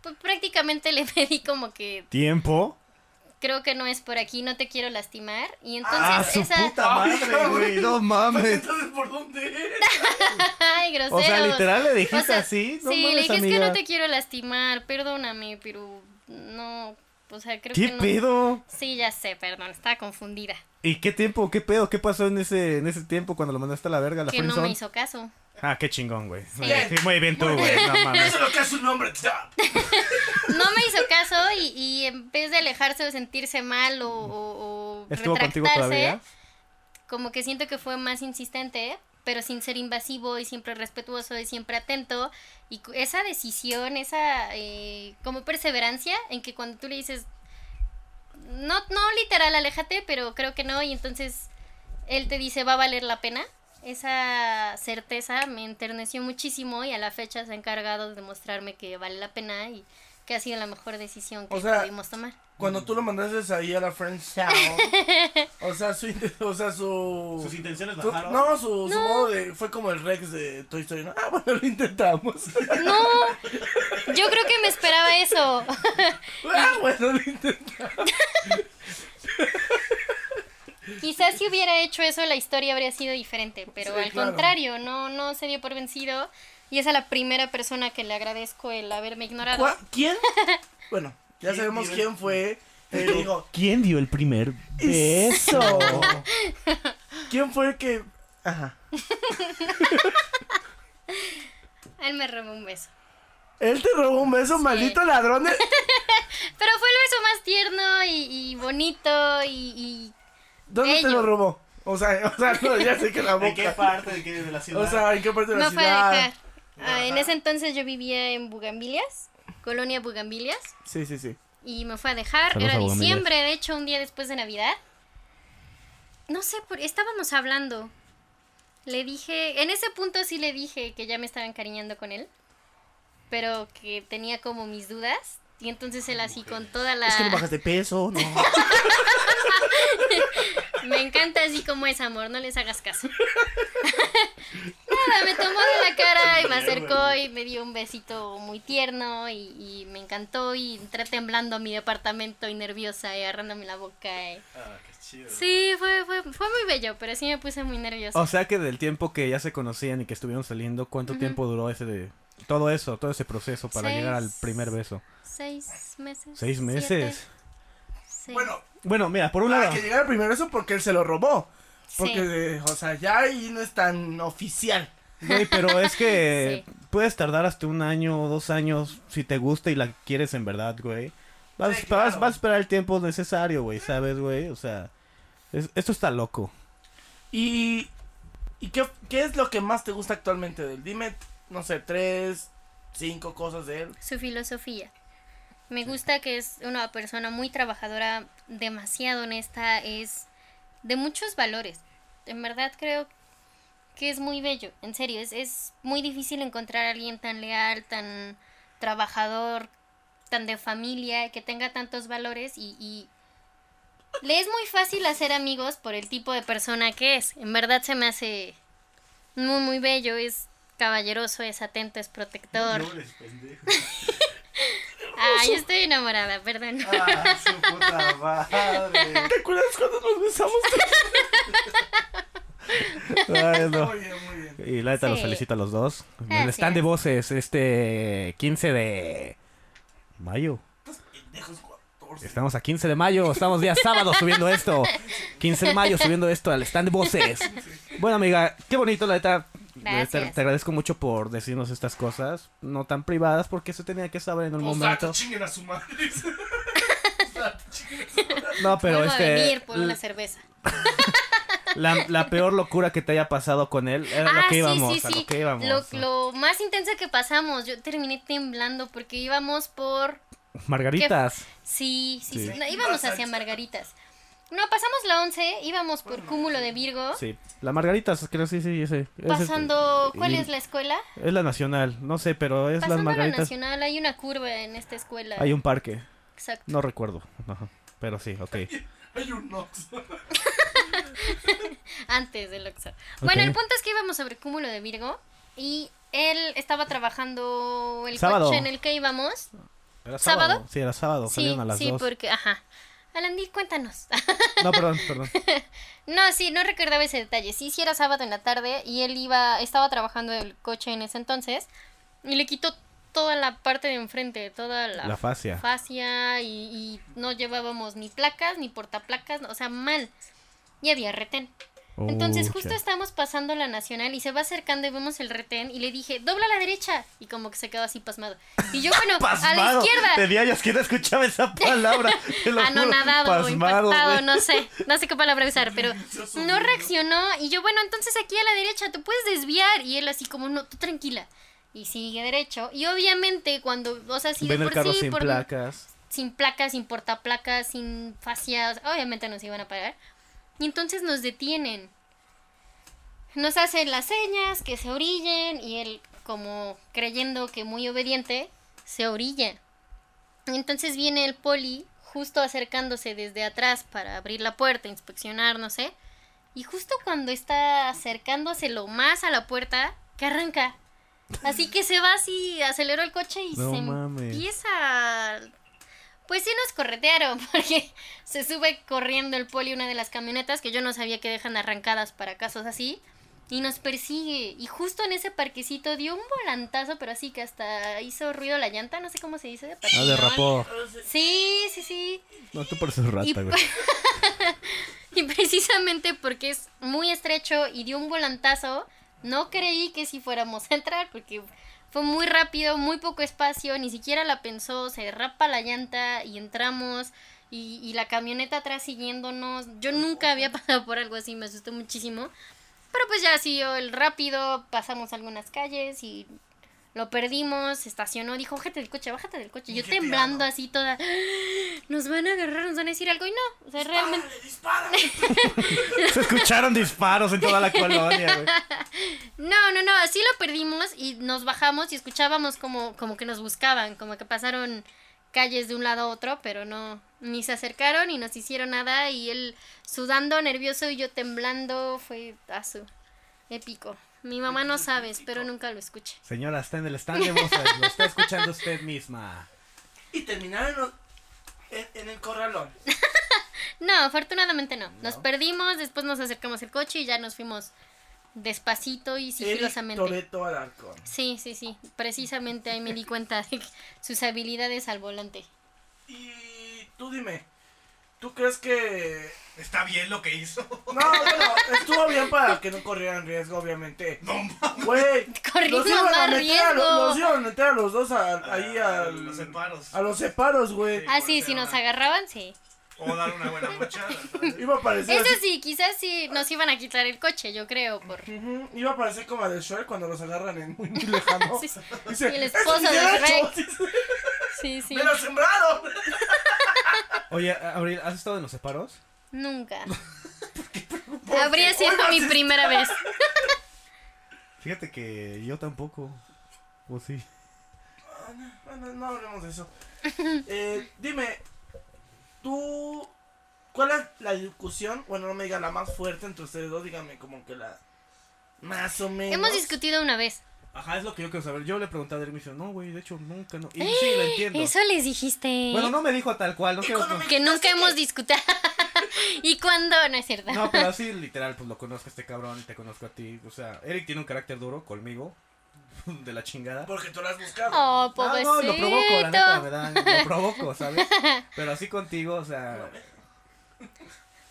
Pues prácticamente le pedí como que Tiempo. creo que no es por aquí, no te quiero lastimar. Y ¡Ah, entonces su esa... puta madre, güey! ¡No mames! Entonces, ¿por dónde? Ay, grosero. O sea, literal le dijiste O sea, así. No sí, mames, le dije, es que amiga. no te quiero lastimar, perdóname, pero no... O sea, creo ¿Qué que no... pedo? Sí, ya sé, perdón, estaba confundida. ¿Y qué tiempo? ¿Qué pedo? ¿Qué pasó en ese, en ese tiempo cuando lo mandaste a la verga? a La Que no friendzone? me hizo caso. Ah, qué chingón, güey. Sí. Eh, sí, muy bien tú, güey. No mames. Eso es lo que es un hombre. ¡Ah! No me hizo caso y, y en vez de alejarse o sentirse mal o, o- o ¿Estuvo contigo retractarse, todavía? como que siento que fue más insistente, pero sin ser invasivo y siempre respetuoso y siempre atento. Y cu- esa decisión, esa eh, como perseverancia en que cuando tú le dices, no, no literal, aléjate, pero creo que no, y entonces él te dice, va a valer la pena. Esa certeza me enterneció muchísimo y a la fecha se ha encargado de mostrarme que vale la pena y que ha sido la mejor decisión que O sea, pudimos tomar. Cuando tú lo mandaste ahí a la friendzone o sea, su, inte- o sea, su, Sus intenciones su- bajaron. no, su, su modo de, fue como el Rex de Toy Story, ¿no? Ah, bueno, lo intentamos. No, yo creo que me esperaba eso. ah, bueno, lo intentamos. Quizás si hubiera hecho eso la historia habría sido diferente, pero Sí, al claro. contrario, no, no se dio por vencido. Y es a la primera persona que le agradezco el haberme ignorado. ¿Cuá- ¿Quién? Bueno, ya ¿Quién sabemos dio quién fue. Pero digo, ¿Quién dio el primer beso? ¿quién fue el que...? Ajá. Él me robó un beso. Él te robó un beso, maldito ladrón. de- Pero fue el beso más tierno y, y bonito y, y ¿Dónde te Bello. lo robó? O sea, o sea, no, ya sé que la ¿De qué boca. parte? ¿De qué? ¿De la ciudad? O sea, ¿en qué parte de la no fue ciudad? a dejar. Ah, en ese entonces yo vivía en Bugambilias, colonia Bugambilias, Sí, sí, sí. y me fue a dejar. Saludos Era a Bugambilias. diciembre, de hecho, un día después de Navidad. No sé, por, estábamos hablando. Le dije, en ese punto sí le dije que ya me estaba encariñando con él, pero que tenía como mis dudas. Y entonces él así con toda la... Es que no bajas de peso, no. Me encanta así como es, amor, no les hagas caso. Nada, me tomó de la cara y me acercó y me dio un besito muy tierno y, y me encantó y entré temblando a mi departamento y nerviosa y agarrándome la boca. y- Ah, qué chido. Sí, fue, fue, fue muy bello, pero sí me puse muy nerviosa. O sea que del tiempo que ya se conocían y que estuvieron saliendo, ¿cuánto tiempo duró ese de todo eso, todo ese proceso para llegar al Seis. primer beso? Seis meses. Seis siete, meses. sí. Bueno, Bueno, mira, por un para lado. que llegara primero eso porque él se lo robó. Porque, Sí. eh, o sea, ya ahí no es tan oficial. Güey, pero es que Sí. puedes tardar hasta un año o dos años si te gusta y la quieres en verdad, güey. Vas, Sí, claro. vas- vas a esperar el tiempo necesario, güey, ¿sabes, güey? O sea, es- esto está loco. ¿Y, y qué, qué es lo que más te gusta actualmente de él? Dime, no sé, tres, cinco cosas de él. su filosofía. Me gusta que es una persona muy trabajadora, demasiado honesta, es de muchos valores. En verdad creo que es muy bello, en serio, es, es muy difícil encontrar a alguien tan leal, tan trabajador, tan de familia, que tenga tantos valores y, y le es muy fácil hacer amigos por el tipo de persona que es. En verdad se me hace muy, muy bello, es caballeroso, es atento, es protector. No les pendejo. Ay, estoy enamorada, perdón. Ah, su puta madre. ¿Te acuerdas cuando nos besamos? Ay, no. muy bien, muy bien. Y la neta los Sí. felicito a los dos. En el Gracias. stand de voces este 15 de mayo. Pendejos, cuarto. Este 14. Estamos a 15 de mayo, estamos día sábado subiendo esto. 15 de mayo subiendo esto al stand de voces. Bueno, amiga, qué bonito, la neta. Te, Gracias. te agradezco mucho por decirnos estas cosas, no tan privadas, porque se tenía que saber en un O sea, momento. que chinguen a su madre. No, pero Vuelvo a este. venir por una cerveza. La, la peor locura que te haya pasado con él era Ah, lo que íbamos. a Lo que íbamos. Lo, lo más intenso que pasamos, yo terminé temblando porque íbamos por... Margaritas. Sí, sí, Sí. sí. No, íbamos hacia Margaritas. No, pasamos la 11, íbamos por Cúmulo de Virgo, Sí. La Margaritas, creo, sí, sí, sí. Es- pasando... ¿Cuál y- es la escuela? Es la nacional, no sé, pero es las Pasando la Margaritas. Nacional, hay una curva en esta escuela. Hay un parque, Exacto. no recuerdo. Ajá. Pero sí, ok. Hay un Oxxo. Antes del Oxxo. Bueno, el Ok. punto es que íbamos sobre Cúmulo de Virgo y él estaba trabajando el Sábado. coche en el que íbamos. ¿Era ¿Sábado? Sí, era sábado, Sí, salieron a las sí, dos. porque, ajá. Alandí, cuéntanos. No, perdón, perdón. no, sí, no recordaba ese detalle. Sí, sí era sábado en la tarde y él iba, estaba trabajando el coche en ese entonces y le quitó toda la parte de enfrente, toda la, La fascia. fascia y, y no llevábamos ni placas ni portaplacas, o sea, mal. Y había retén. Entonces Ucha. justo estábamos pasando la nacional y se va acercando y vemos el retén y le dije, dobla a la derecha. Y como que se quedó así pasmado. Y yo, bueno, a la Pasmado. izquierda. Tenía años que no escuchaba esa palabra. te lo juro. Anonadado, o Pasmado, impactado, güey. no sé, no sé qué palabra usar, pero no reaccionó. Y yo, bueno, entonces aquí a la derecha, tú puedes desviar. Y él así como, no, tú tranquila. Y sigue derecho. Y obviamente cuando, o sea, si de Ven el por carro sí, sin por- placas. sin placas, sin portaplacas, sin fascias, obviamente nos iban a parar. Y entonces nos detienen. Nos hacen las señas, que se orillen, y él, como creyendo que muy obediente, se orilla. Y entonces viene el poli, justo acercándose desde atrás para abrir la puerta, inspeccionar, no sé. Y justo cuando está acercándose lo más a la puerta, que arranca. Así que se va así, aceleró el coche y No se mames. empieza. a- Pues sí nos corretearon, porque se sube corriendo el poli una de las camionetas que yo no sabía que dejan arrancadas para casos así. Y nos persigue. Y justo en ese parquecito dio un volantazo, pero así que hasta hizo ruido la llanta, no sé cómo se dice. de Ah, patinón. derrapó. Sí, sí, sí. No, tú pareces Y- pues rata, güey. Y precisamente porque es muy estrecho y dio un volantazo, no creí que si fuéramos a entrar porque fue muy rápido, muy poco espacio, ni siquiera la pensó, se derrapa la llanta y entramos y, y la camioneta atrás siguiéndonos. Yo nunca había pasado por algo así, me asustó muchísimo. Pero pues ya siguió el rápido, pasamos algunas calles y lo perdimos, se estacionó, dijo, bájate del coche, bájate del coche. Yo Injeteado. temblando así toda, nos van a agarrar, nos van a decir algo y no, o sea, realmente... Se escucharon disparos en toda la colonia, güey. No, no, no, así lo perdimos y nos bajamos y escuchábamos como, como que nos buscaban, como que pasaron calles de un lado a otro, pero no, ni se acercaron ni nos hicieron nada y él sudando, nervioso y yo temblando, fue azul, épico. Mi mamá no sabe, espero nunca lo escuche. Señora, está en el stand de voces. Lo está escuchando usted misma. Y terminaron en, en el corralón. No, afortunadamente no. Nos perdimos, después nos acercamos el coche y ya nos fuimos despacito y Eric sigilosamente. Toreto Alarcón. Sí, sí, sí, precisamente ahí me di cuenta de sus habilidades al volante. Y tú dime, ¿tú crees que.? Está bien lo que hizo. No, bueno, estuvo bien para que no corrieran riesgo, obviamente. No mames. Güey, Corrimos los iban a más meter a lo- riesgo. los iban a meter a los dos a- ahí A al- Ah, los separos. A los separos, güey. Ah, sí, si nos agarraban, sí. O dar una buena mochada. ¿sabes? Iba a parecer. Eso así- sí, quizás sí nos iban a quitar el coche, yo creo, por... Ujú, Iba a parecer como a de Shrek cuando los agarran en muy, muy lejano. Sí, sí. Dice, Y el "Es esposo mi de derecho". Sí, sí. ¡Me lo sembraron! Oye, Abril, ¿has estado en los separos? Nunca. Habría sido mi primera vez. Fíjate que yo tampoco. O sí. Bueno, no hablemos de eso. Eh, dime, tú. ¿Cuál es la discusión? Bueno, no me diga la más fuerte entre ustedes dos, dígame como que la. Más o menos. Hemos discutido una vez. Ajá, es lo que yo quiero saber. Yo le pregunté a Derek y me dijo, no, güey, de hecho nunca, no. Y Eh, sí, lo entiendo. Eso les dijiste. Bueno, no me dijo tal cual, no quiero. No, Que nunca hemos discutido. ¿Y cuándo? No es cierto. no, pero así literal, pues lo conozco a este cabrón y te conozco a ti. O sea, Eric tiene un carácter duro conmigo. de la chingada. Porque tú lo has buscado. Oh, No, Ah, no, lo provoco, la neta, me pobrecito. dan- lo provoco, ¿sabes? Pero así contigo, o sea,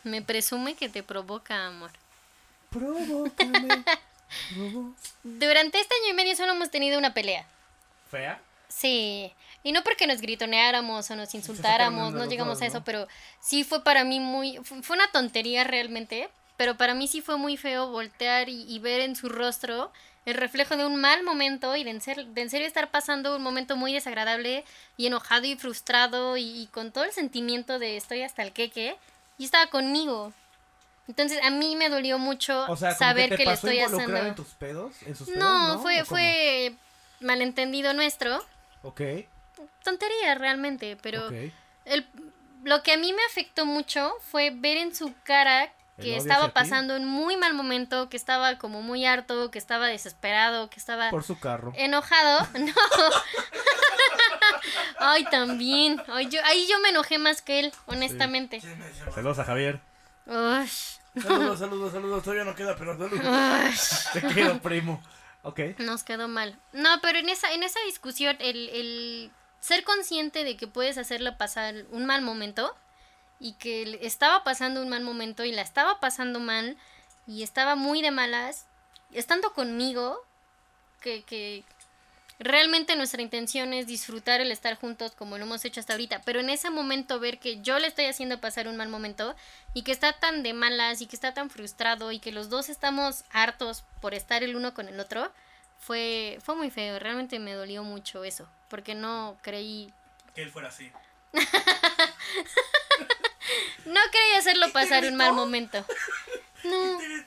Me presume que te provoca amor. provócame. provo- Durante este año y medio solo hemos tenido una pelea. ¿Fea? Sí, y no porque nos gritoneáramos o nos insultáramos, terminando no los llegamos dos, a eso, ¿no? pero sí fue para mí muy, fu- fue una tontería realmente, pero para mí sí fue muy feo voltear y, y ver en su rostro el reflejo de un mal momento y de en, ser- de en serio estar pasando un momento muy desagradable y enojado y frustrado y, y con todo el sentimiento de estoy hasta el queque y estaba conmigo. Entonces a mí me dolió mucho O sea, como saber que que, te le pasó estoy involucrar haciendo. en tus pedos, en sus pedos, No, Pues, ¿no? ¿O fue, cómo? fue malentendido nuestro Ok, tontería realmente, pero ok. el- lo que a mí me afectó mucho fue ver en su cara ¿El que odio estaba hacia ti? pasando un muy mal momento, que estaba como muy harto, que estaba desesperado, que estaba Por su carro. enojado. No. Ay, también. Ay, yo, ahí yo me enojé más que él, honestamente. Saludos a Javier. Ush, Saludos, saludos, saludos. Todavía no queda, pero saludos. ush. Te quiero, primo. Ok. Nos quedó mal. No, pero en esa, en esa discusión, el, el ser consciente de que puedes hacerla pasar un mal momento y que le estaba pasando un mal momento y la estaba pasando mal y estaba muy de malas, estando conmigo, que, que realmente nuestra intención es disfrutar el estar juntos como lo hemos hecho hasta ahorita, pero en ese momento ver que yo le estoy haciendo pasar un mal momento y que está tan de malas y que está tan frustrado y que los dos estamos hartos por estar el uno con el otro, fue, fue muy feo, realmente me dolió mucho eso, porque no creí, Que él fuera así. no creí hacerlo pasar un mal momento. No, eh,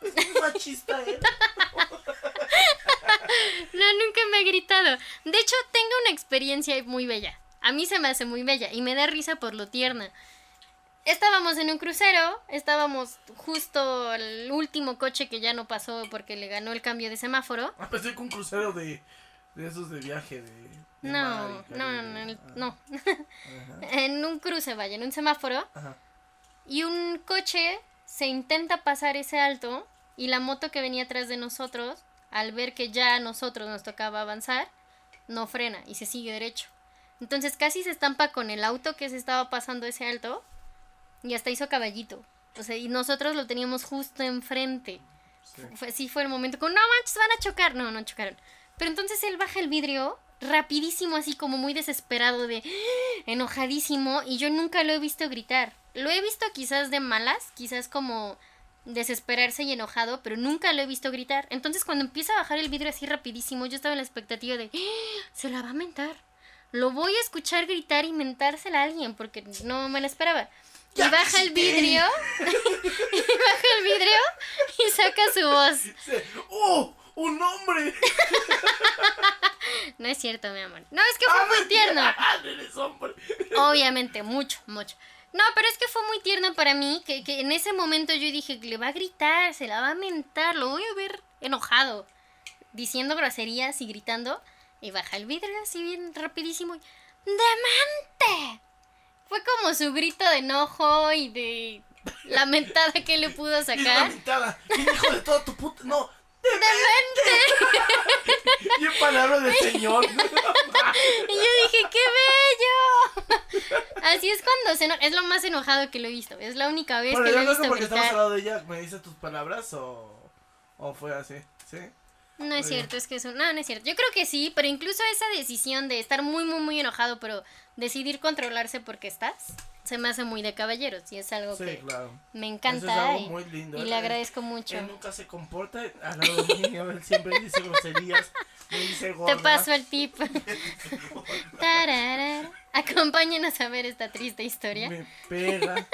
pues, Es machista, ¿eh? No, nunca me ha gritado. De hecho, tengo una experiencia muy bella. A mí se me hace muy bella y me da risa por lo tierna. Estábamos en un crucero, estábamos justo al último coche que ya no pasó porque le ganó el cambio de semáforo. Ah, pensé que un crucero de, de esos de viaje. De, de mar No, y no, no, Caribe. no, Ah, no. ajá, En un cruce, vaya, en un semáforo. ajá. Y un coche se intenta pasar ese alto y la moto que venía atrás de nosotros, al ver que ya a nosotros nos tocaba avanzar, no frena y se sigue derecho. Entonces casi se estampa con el auto que se estaba pasando ese alto y hasta hizo caballito. O sea, y nosotros lo teníamos justo enfrente. Sí. Fue, sí fue el momento como, no manches, van a chocar. No, no chocaron. Pero entonces él baja el vidrio rapidísimo, así como muy desesperado de ¡Ah! enojadísimo y yo nunca lo he visto gritar. Lo he visto quizás de malas, quizás como desesperarse y enojado, pero nunca lo he visto gritar. Entonces cuando empieza a bajar el vidrio así rapidísimo, yo estaba en la expectativa de, "¡Ah! se la va a mentar. Lo voy a escuchar gritar y mentársela a alguien porque no me la esperaba. Y baja el vidrio, y baja el vidrio y saca su voz. Dice, ¡Oh! ¡Un hombre! No es cierto, mi amor. No, es que fue muy tierno. ¡Ah, eres hombre! Obviamente, mucho, mucho. No, pero es que fue muy tierno para mí, que, que en ese momento yo dije, le va a gritar, se la va a mentar, lo voy a ver enojado, diciendo groserías y gritando, y baja el vidrio así bien rapidísimo y ¡Demante! Fue como su grito de enojo y de lamentada que le pudo Y la sacar. mitad. Y hijo de toda tu puta. No. ¡Demente! y palabra de señor. Y yo dije, ¡qué bello! Así es cuando se eno- es lo más enojado que lo he visto, es la única vez bueno, que lo yo he creo que visto porque estamos gritar. al lado de ella, ¿me dices tus palabras o, o fue así? ¿Sí? No es Oye. cierto, es que eso. No, no es cierto. Yo creo que sí, pero incluso esa decisión de estar muy, muy, muy enojado, pero decidir controlarse porque estás, se me hace muy de caballeros y es algo Sí, que claro. me Eso es encanta algo y, muy lindo. eh, y Él- le agradezco mucho. Él nunca se comporta al lado mío. Él siempre dice groserías. Me dice gorda. Te paso el tip. Tararara. Acompáñenos a ver esta triste historia. Me pega.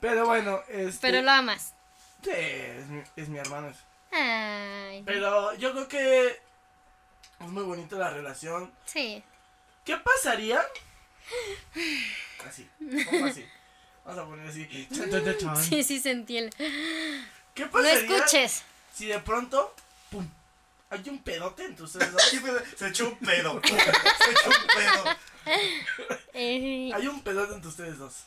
Pero bueno, este. Pero lo amas. Sí, es mi, es mi hermano. es- Ay. Pero yo creo que es muy bonita la relación. Sí. ¿Qué pasaría? Así, como así. Vamos a poner así. Chan, chan, chan, chan. Sí, sí sentí el. Pues ¿Qué No pasaría escuches. si de pronto, pum, hay un pedote en tus dos? pues, Se echó un pedo. Se echó un pedo. Eh, Hay un pedote entre ustedes dos.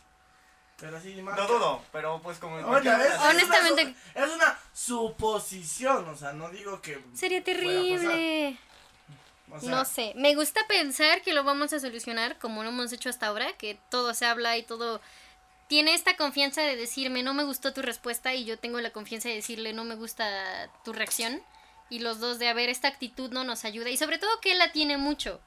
Pero así, No marca. dudo, pero pues como... en Oye, cualquier es- es una Honestamente- su- Es una, suposición, o sea, no digo que. fuera Sería a terrible. pasar, o sea, no sé, me gusta pensar que lo vamos a solucionar como lo hemos hecho hasta ahora, que todo se habla y todo tiene esta confianza de decirme no me gustó tu respuesta y yo tengo la confianza de decirle no me gusta tu reacción y los dos de a ver esta actitud no nos ayuda y sobre todo que él la tiene mucho.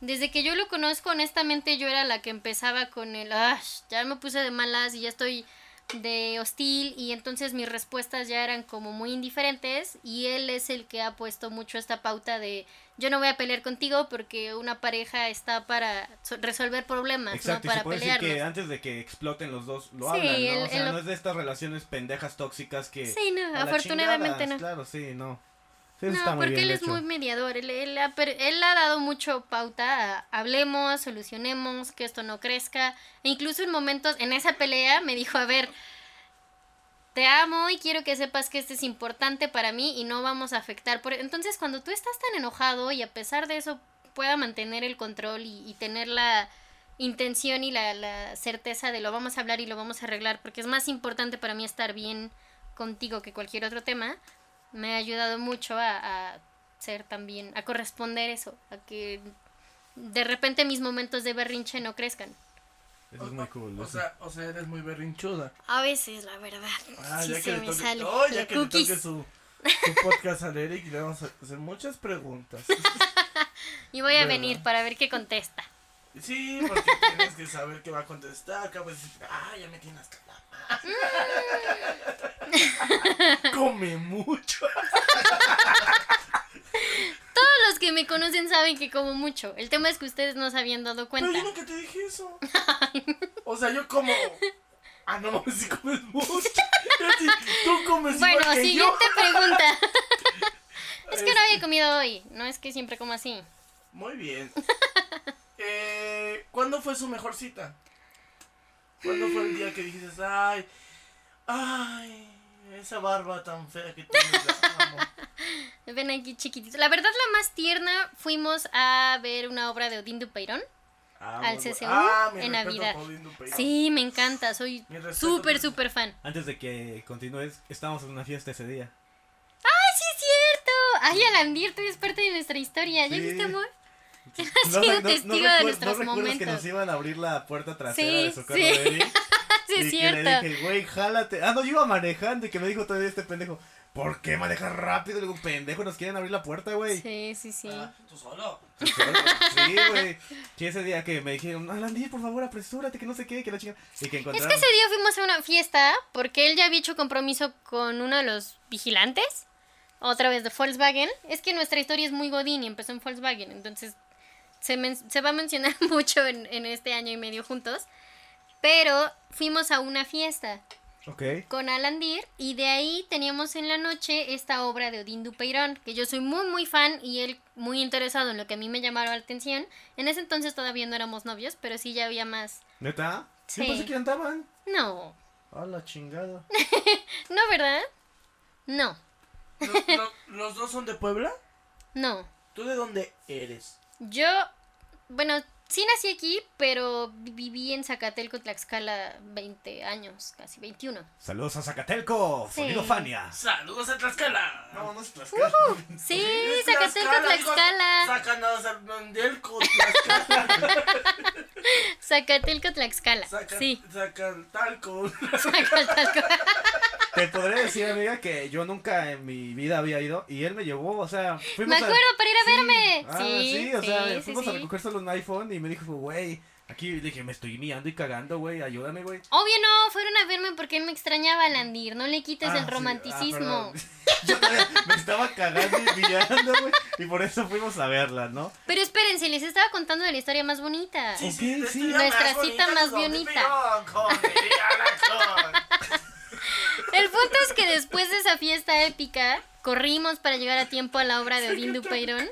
Desde que yo lo conozco, honestamente, yo era la que empezaba con el, ah, ya me puse de malas y ya estoy de hostil y entonces mis respuestas ya eran como muy indiferentes y él es el que ha puesto mucho esta pauta de yo no voy a pelear contigo porque una pareja está para so- resolver problemas, Exacto, no y se para puede pelearnos. decir que antes de que exploten los dos lo Sí, hablan, ¿no? el- o sea, el- no es de estas relaciones pendejas tóxicas que... Sí, no, a la afortunadamente chingada, no. Claro, sí, no. Sí, eso No, está muy porque bien, él de es hecho. muy mediador, él, él ha, per- él ha dado mucho pauta a hablemos, solucionemos, que esto no crezca. E incluso en momentos, en esa pelea me dijo, a ver, te amo y quiero que sepas que esto es importante para mí y no vamos a afectar. Por... Entonces cuando tú estás tan enojado y a pesar de eso pueda mantener el control y, y tener la intención y la, la certeza de lo vamos a hablar y lo vamos a arreglar porque es más importante para mí estar bien contigo que cualquier otro tema, me ha ayudado mucho a, a ser también, a corresponder eso, a que de repente mis momentos de berrinche no crezcan. Eso es muy cool. O eso. sea, o sea, eres muy berrinchuda. A veces, la verdad, Ah, sí ya que se le me toque, sale. oh, La ya que le toque cookies. su, su podcast al Eric, le vamos a hacer muchas preguntas. Y voy a ¿Verdad? venir para ver qué contesta. Sí, porque tienes que saber qué va a contestar. Acá pues, ah, ya me tienes hasta la madre". Come mucho. Todos los que me conocen saben que como mucho. El tema es que ustedes no se habían Pero dado cuenta. yo nunca te dije eso. O sea, yo como. Ah, no mames, si comes mucho. Yo sí, Tú comes Bueno, igual que siguiente pregunta. yo. es que no había comido hoy. No es que siempre como así. Muy bien. Eh, ¿Cuándo fue su mejor cita? ¿Cuándo fue el día que dijiste, ay, ay, esa barba tan fea que tienes? la amo"? Ven aquí chiquitito. La verdad, la más tierna, fuimos a ver una obra de Odín Dupeirón. Ah, Al muy bu- CCU mi en respeto Navidad. por Lindo Peirón. Sí, me encanta. Soy Mi respeto, súper, mi- súper fan. Antes de que continúes, estábamos en una fiesta ese día. ¡Sí, es cierto! Ay, Alandir, tú eres parte de nuestra historia. ¿Ya Sí. viste, amor? No, sido testigo de nuestros recuer- ¿no recuerdas que momentos. nos iban a abrir la puerta trasera Sí, de su carro sí. de Eric? Sí, y es Que cierto. le dije, güey, jálate. Ah, no, yo iba manejando y que me dijo todavía este pendejo, ¿por qué manejas rápido? Le digo, pendejo, nos quieren abrir la puerta, güey. Sí, sí, sí. Ah, ¿Tú solo? Sí, güey. Sí, ese día que me dijeron, Alandir, por favor, apresúrate, que no sé qué, que la chica. Y que Es encontraron. que ese día fuimos a una fiesta porque él ya había hecho compromiso con uno de los vigilantes, otra vez de Volkswagen. Es que nuestra historia es muy godín y empezó en Volkswagen, entonces se, men- se va a mencionar mucho en, en este año y medio juntos. Pero fuimos a una fiesta Ok. con Alandir y de ahí teníamos en la noche esta obra de Odín Dupeirón, que yo soy muy muy fan y él muy interesado en lo que a mí me llamaron la atención. En ese entonces todavía no éramos novios, pero sí ya había más. ¿Neta? Sí. ¿Qué pasa que andaban? No, A la chingada. no, ¿verdad? No, ¿Los, los- los dos son de Puebla? no. ¿Tú de dónde eres? Yo, bueno, sí nací aquí, pero viví en Zacatelco, Tlaxcala 20 años, casi 21. Saludos a Zacatelco, Sí. sonido Fania. ¡Saludos a Tlaxcala! No, no es Tlaxcala. Sí, Es Zacatelco, digo, Tlaxcala. Sacanados al Mandelco, Tlaxcala. Zacatelco, Tlaxcala. Saca- Sí, Zacatalco. Zacatelco. Te podré decir, amiga, que yo nunca en mi vida había ido y él me llevó, o sea, Me fuimos a- acuerdo para ir a verme. Ah, sí, sí, o sea, sí, fuimos sí, a sí. recoger solo un iPhone y me dijo, güey, aquí le dije, me estoy miando y cagando, güey, ayúdame, güey. Obvio no, fueron a verme porque él me extrañaba a Landir, no le quites el Ah, sí, ah, romanticismo. perdón. Yo también me estaba cagando y mirando, güey, y por eso fuimos a verla, ¿no? Pero espérense, les estaba contando de la historia más bonita. Sí, esto sí. ya Nuestra más cita bonita más es donde bonita. Pirón, con Miriam El punto es que después de esa fiesta épica, corrimos para llegar a tiempo a la obra de Odín Dupeirón. Es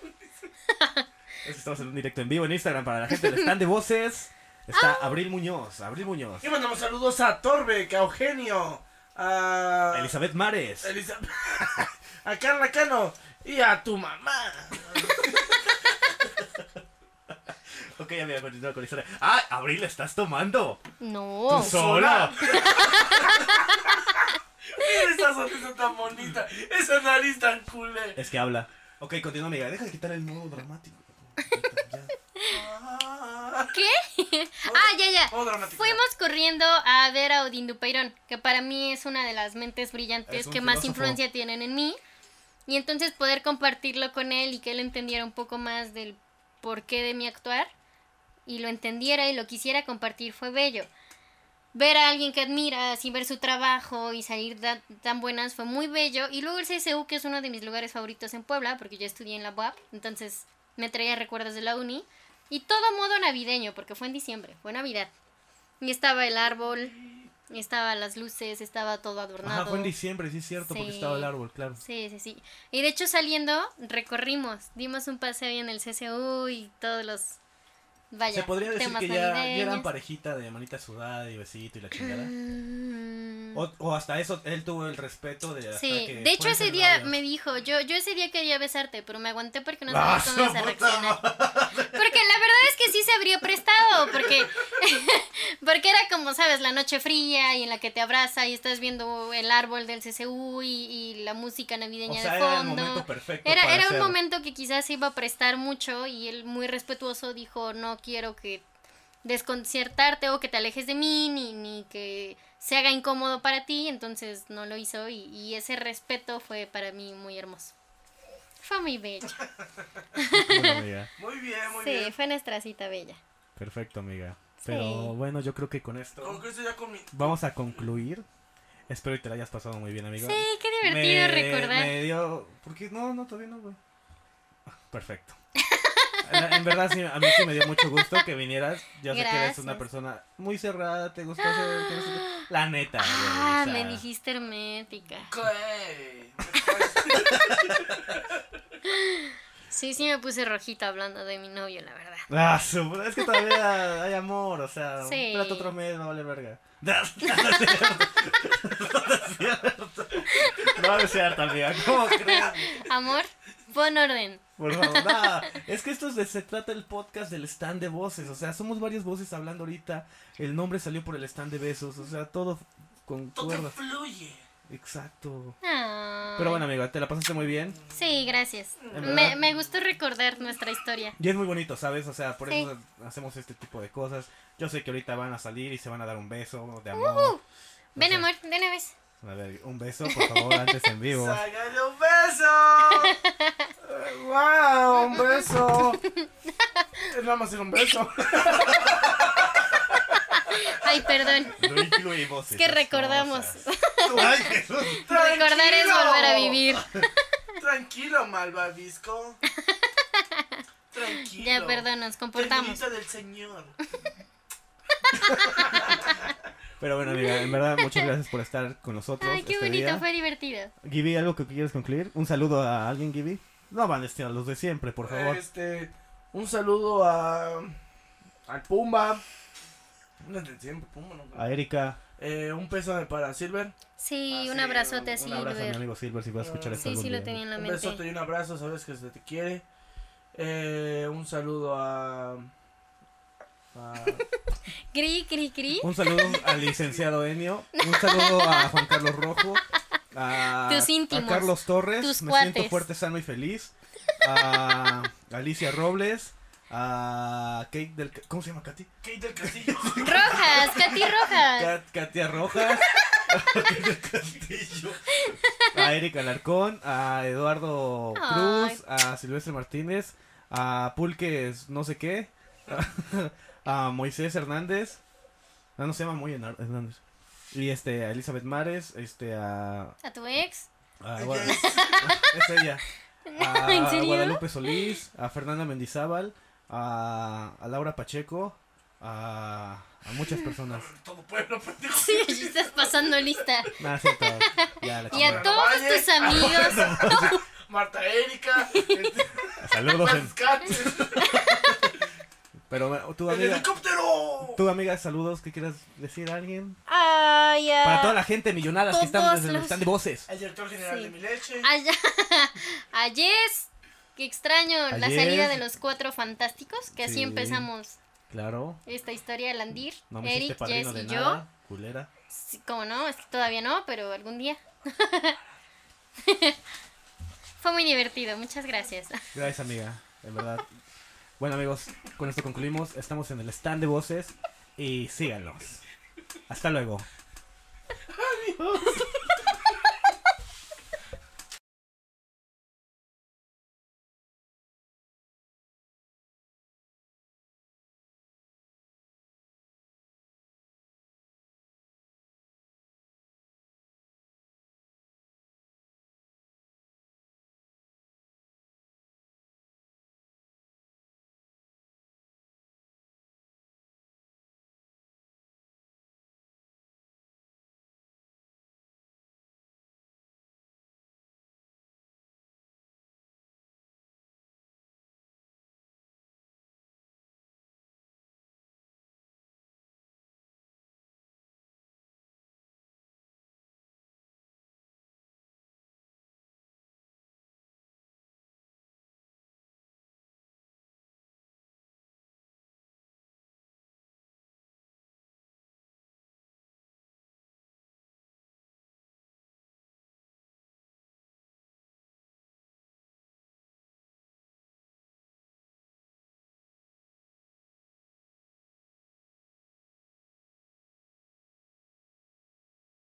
que Estamos en un directo en vivo en Instagram para la gente del stand de voces. Está Ah. Abril Muñoz, Abril Muñoz. Y mandamos saludos a Torbe, a Eugenio, a Elizabeth Mares. Elisa- a Carla Cano y a tu mamá. Ok, amiga, continúa con la historia. ¡Ah, Abril, estás tomando! No. ¡Tú sola! Esa sonrisa tan bonita. Esa nariz tan culé. Es que habla. Ok, continúa, amiga. Deja de quitar el modo dramático. Ya. Ah, ¿Qué? ah, ya, ya. modo dramático. Fuimos corriendo a ver a Odín Dupeirón, que para mí es una de las mentes Es brillantes un que más filósofo. influencia tienen en mí. Y entonces poder compartirlo con él y que él entendiera un poco más del porqué de mi actuar y lo entendiera y lo quisiera compartir fue bello. Ver a alguien que admiras y ver su trabajo y salir da- tan buenas fue muy bello. Y luego el CSU, que es uno de mis lugares favoritos en Puebla, porque yo estudié en la UAP, entonces me traía recuerdos de la uni. Y todo modo navideño, porque fue en diciembre, fue Navidad. Y estaba el árbol, y estaban las luces, estaba todo adornado. Ajá, Ah, fue en diciembre, sí es cierto, porque Sí. estaba el árbol, claro. Sí, sí, sí. Y de hecho saliendo, recorrimos, dimos un paseo ahí en el CCU y todos los... Vaya, Se podría decir temas que ya, ya eran navideños. parejita de manita sudada y besito y la chingada. Mm, O, o hasta eso, él tuvo el respeto de... hasta Sí, que de hecho fueron ese de día novios. me dijo, yo, yo ese día quería besarte, pero me aguanté porque no ¡Ah, sabía cómo ibas su a puta reaccionar. Porque la verdad es que sí se habría prestado, porque, porque era como, sabes, la noche fría y en la que te abraza y estás viendo el árbol del CCU y, y la música O navideña sea, de era el fondo. momento perfecto Era, para era un hacer- momento que quizás se iba a prestar mucho y él muy respetuoso dijo, no quiero que desconcertarte o que te alejes de mí, ni, ni que se haga incómodo para ti, entonces no lo hizo y, y ese respeto fue para mí muy hermoso. Fue muy bello. Bueno, amiga, Muy bien, muy Sí, bien. fue nuestra cita bella. Perfecto, amiga. Pero bueno, yo creo que con Con esto que esto ya comí. vamos a concluir. Espero que te la hayas pasado muy bien, amiga. Sí, qué divertido me, recordar. Me dio... ¿Por qué? No, no, todavía no, güey. Ah, Perfecto. La- En verdad, sí, a mí sí me dio mucho gusto que vinieras. Yo sé que eres una Gracias. persona muy cerrada, te gusta hacer... te gusta- La neta. güey, Ah, o sea, me dijiste hermética. ¿Qué? Sí, sí me puse rojita hablando de mi novio, la verdad. Ah, su- es que todavía hay amor, o sea, un Sí. plato otro mes, no vale verga. No, no es cierto. No es cierto, amiga, ¿cómo crees? Amor, pon orden. Por favor, no, es que esto es de- se trata el podcast del stand de voces, o sea, somos varias voces hablando ahorita, el nombre salió por el stand de besos, o sea, todo Todo concuerda. fluye. Exacto. Ay. Pero bueno, amiga, te la pasaste muy bien. Sí, gracias. En Me, verdad. me gustó recordar nuestra historia. Y es muy bonito, ¿sabes? O sea, por Sí. eso hacemos este tipo de cosas. Yo sé que ahorita van a salir y se van a dar un beso de amor. Uh, ven, O sea, amor, de una vez. A ver, un beso, por favor, antes en vivo. ¡Sácale un beso! ¡Wow! ¡Un beso! Es nada más era un beso. Ay, perdón. Lo incluí voces. Es que recordamos. Ay, Jesús. Recordar es Tranquilo. volver a vivir. Tranquilo, malvavisco. Tranquilo. Ya, perdón, nos comportamos. Ternurita del señor. Pero bueno, amiga, en verdad, muchas gracias por estar con nosotros. Ay, qué este bonito, día. fue divertido. Gibi, ¿algo que quieres concluir? ¿Un saludo a alguien, Gibi? No van a los de siempre, por favor. Este, un saludo a al Pumba. No es de siempre, Pumba, no. A Erika. Eh, un pésame para Silver. Ah, Sí, un sí, abrazote a un- Un abrazo a mi Silver. amigo Silver si vas a escuchar esto Sí, algún sí, lo día. tenía en la Un mente. besote y un abrazo, sabes que se te quiere. Eh, un saludo a. a- Cri, cri, cri. Un saludo al licenciado Enio. Un saludo a Juan Carlos Rojo. A, Tus íntimos. a Carlos Torres. Tus me siento cuates. fuerte, sano y feliz. A Alicia Robles. A Kate del. ¿Cómo se llama Katy? Kate del Castillo. Rojas, Katy Rojas. Kat- Katia Rojas. a Erika Alarcón. A Eduardo Ay. Cruz. A Silvestre Martínez. A Pulques, no sé qué. A Moisés Hernández. No, no se llama Moisés Hernández. Y este, a Elizabeth Mares. Este, a A tu ex. Ah, Ella bueno. es- es ella. A, ¿En serio? Guadalupe Solís, a Fernanda Mendizábal, a, a Laura Pacheco, a, a muchas personas. Todo pueblo, pues, pendejo. Sí, ya estás pasando lista. Nada, es cierto. Ya, la Y a chingada. todos Valle. tus amigos. Marta Erika. este, Saludos. en- Mascate. Pero bueno, tu ¡El amiga, helicóptero! tu amiga, saludos. ¿Qué quieras decir a alguien? Ay, ay. Para toda la gente millonadas que están todos desde el los- stand de voces. El director general Sí. de mi leche. Ay, ya. A Jess, que extraño la Ayer. salida de los cuatro fantásticos, que así Sí. empezamos Claro. esta historia, Landir, No me hiciste Eric, Jess padrino de y yo. nada, culera. Sí, como no, es que todavía no, pero algún día. Fue muy divertido, muchas gracias. Gracias, amiga, en verdad. bueno, amigos, con esto concluimos. Estamos en el stand de voces y síganlos. Hasta luego. Adiós.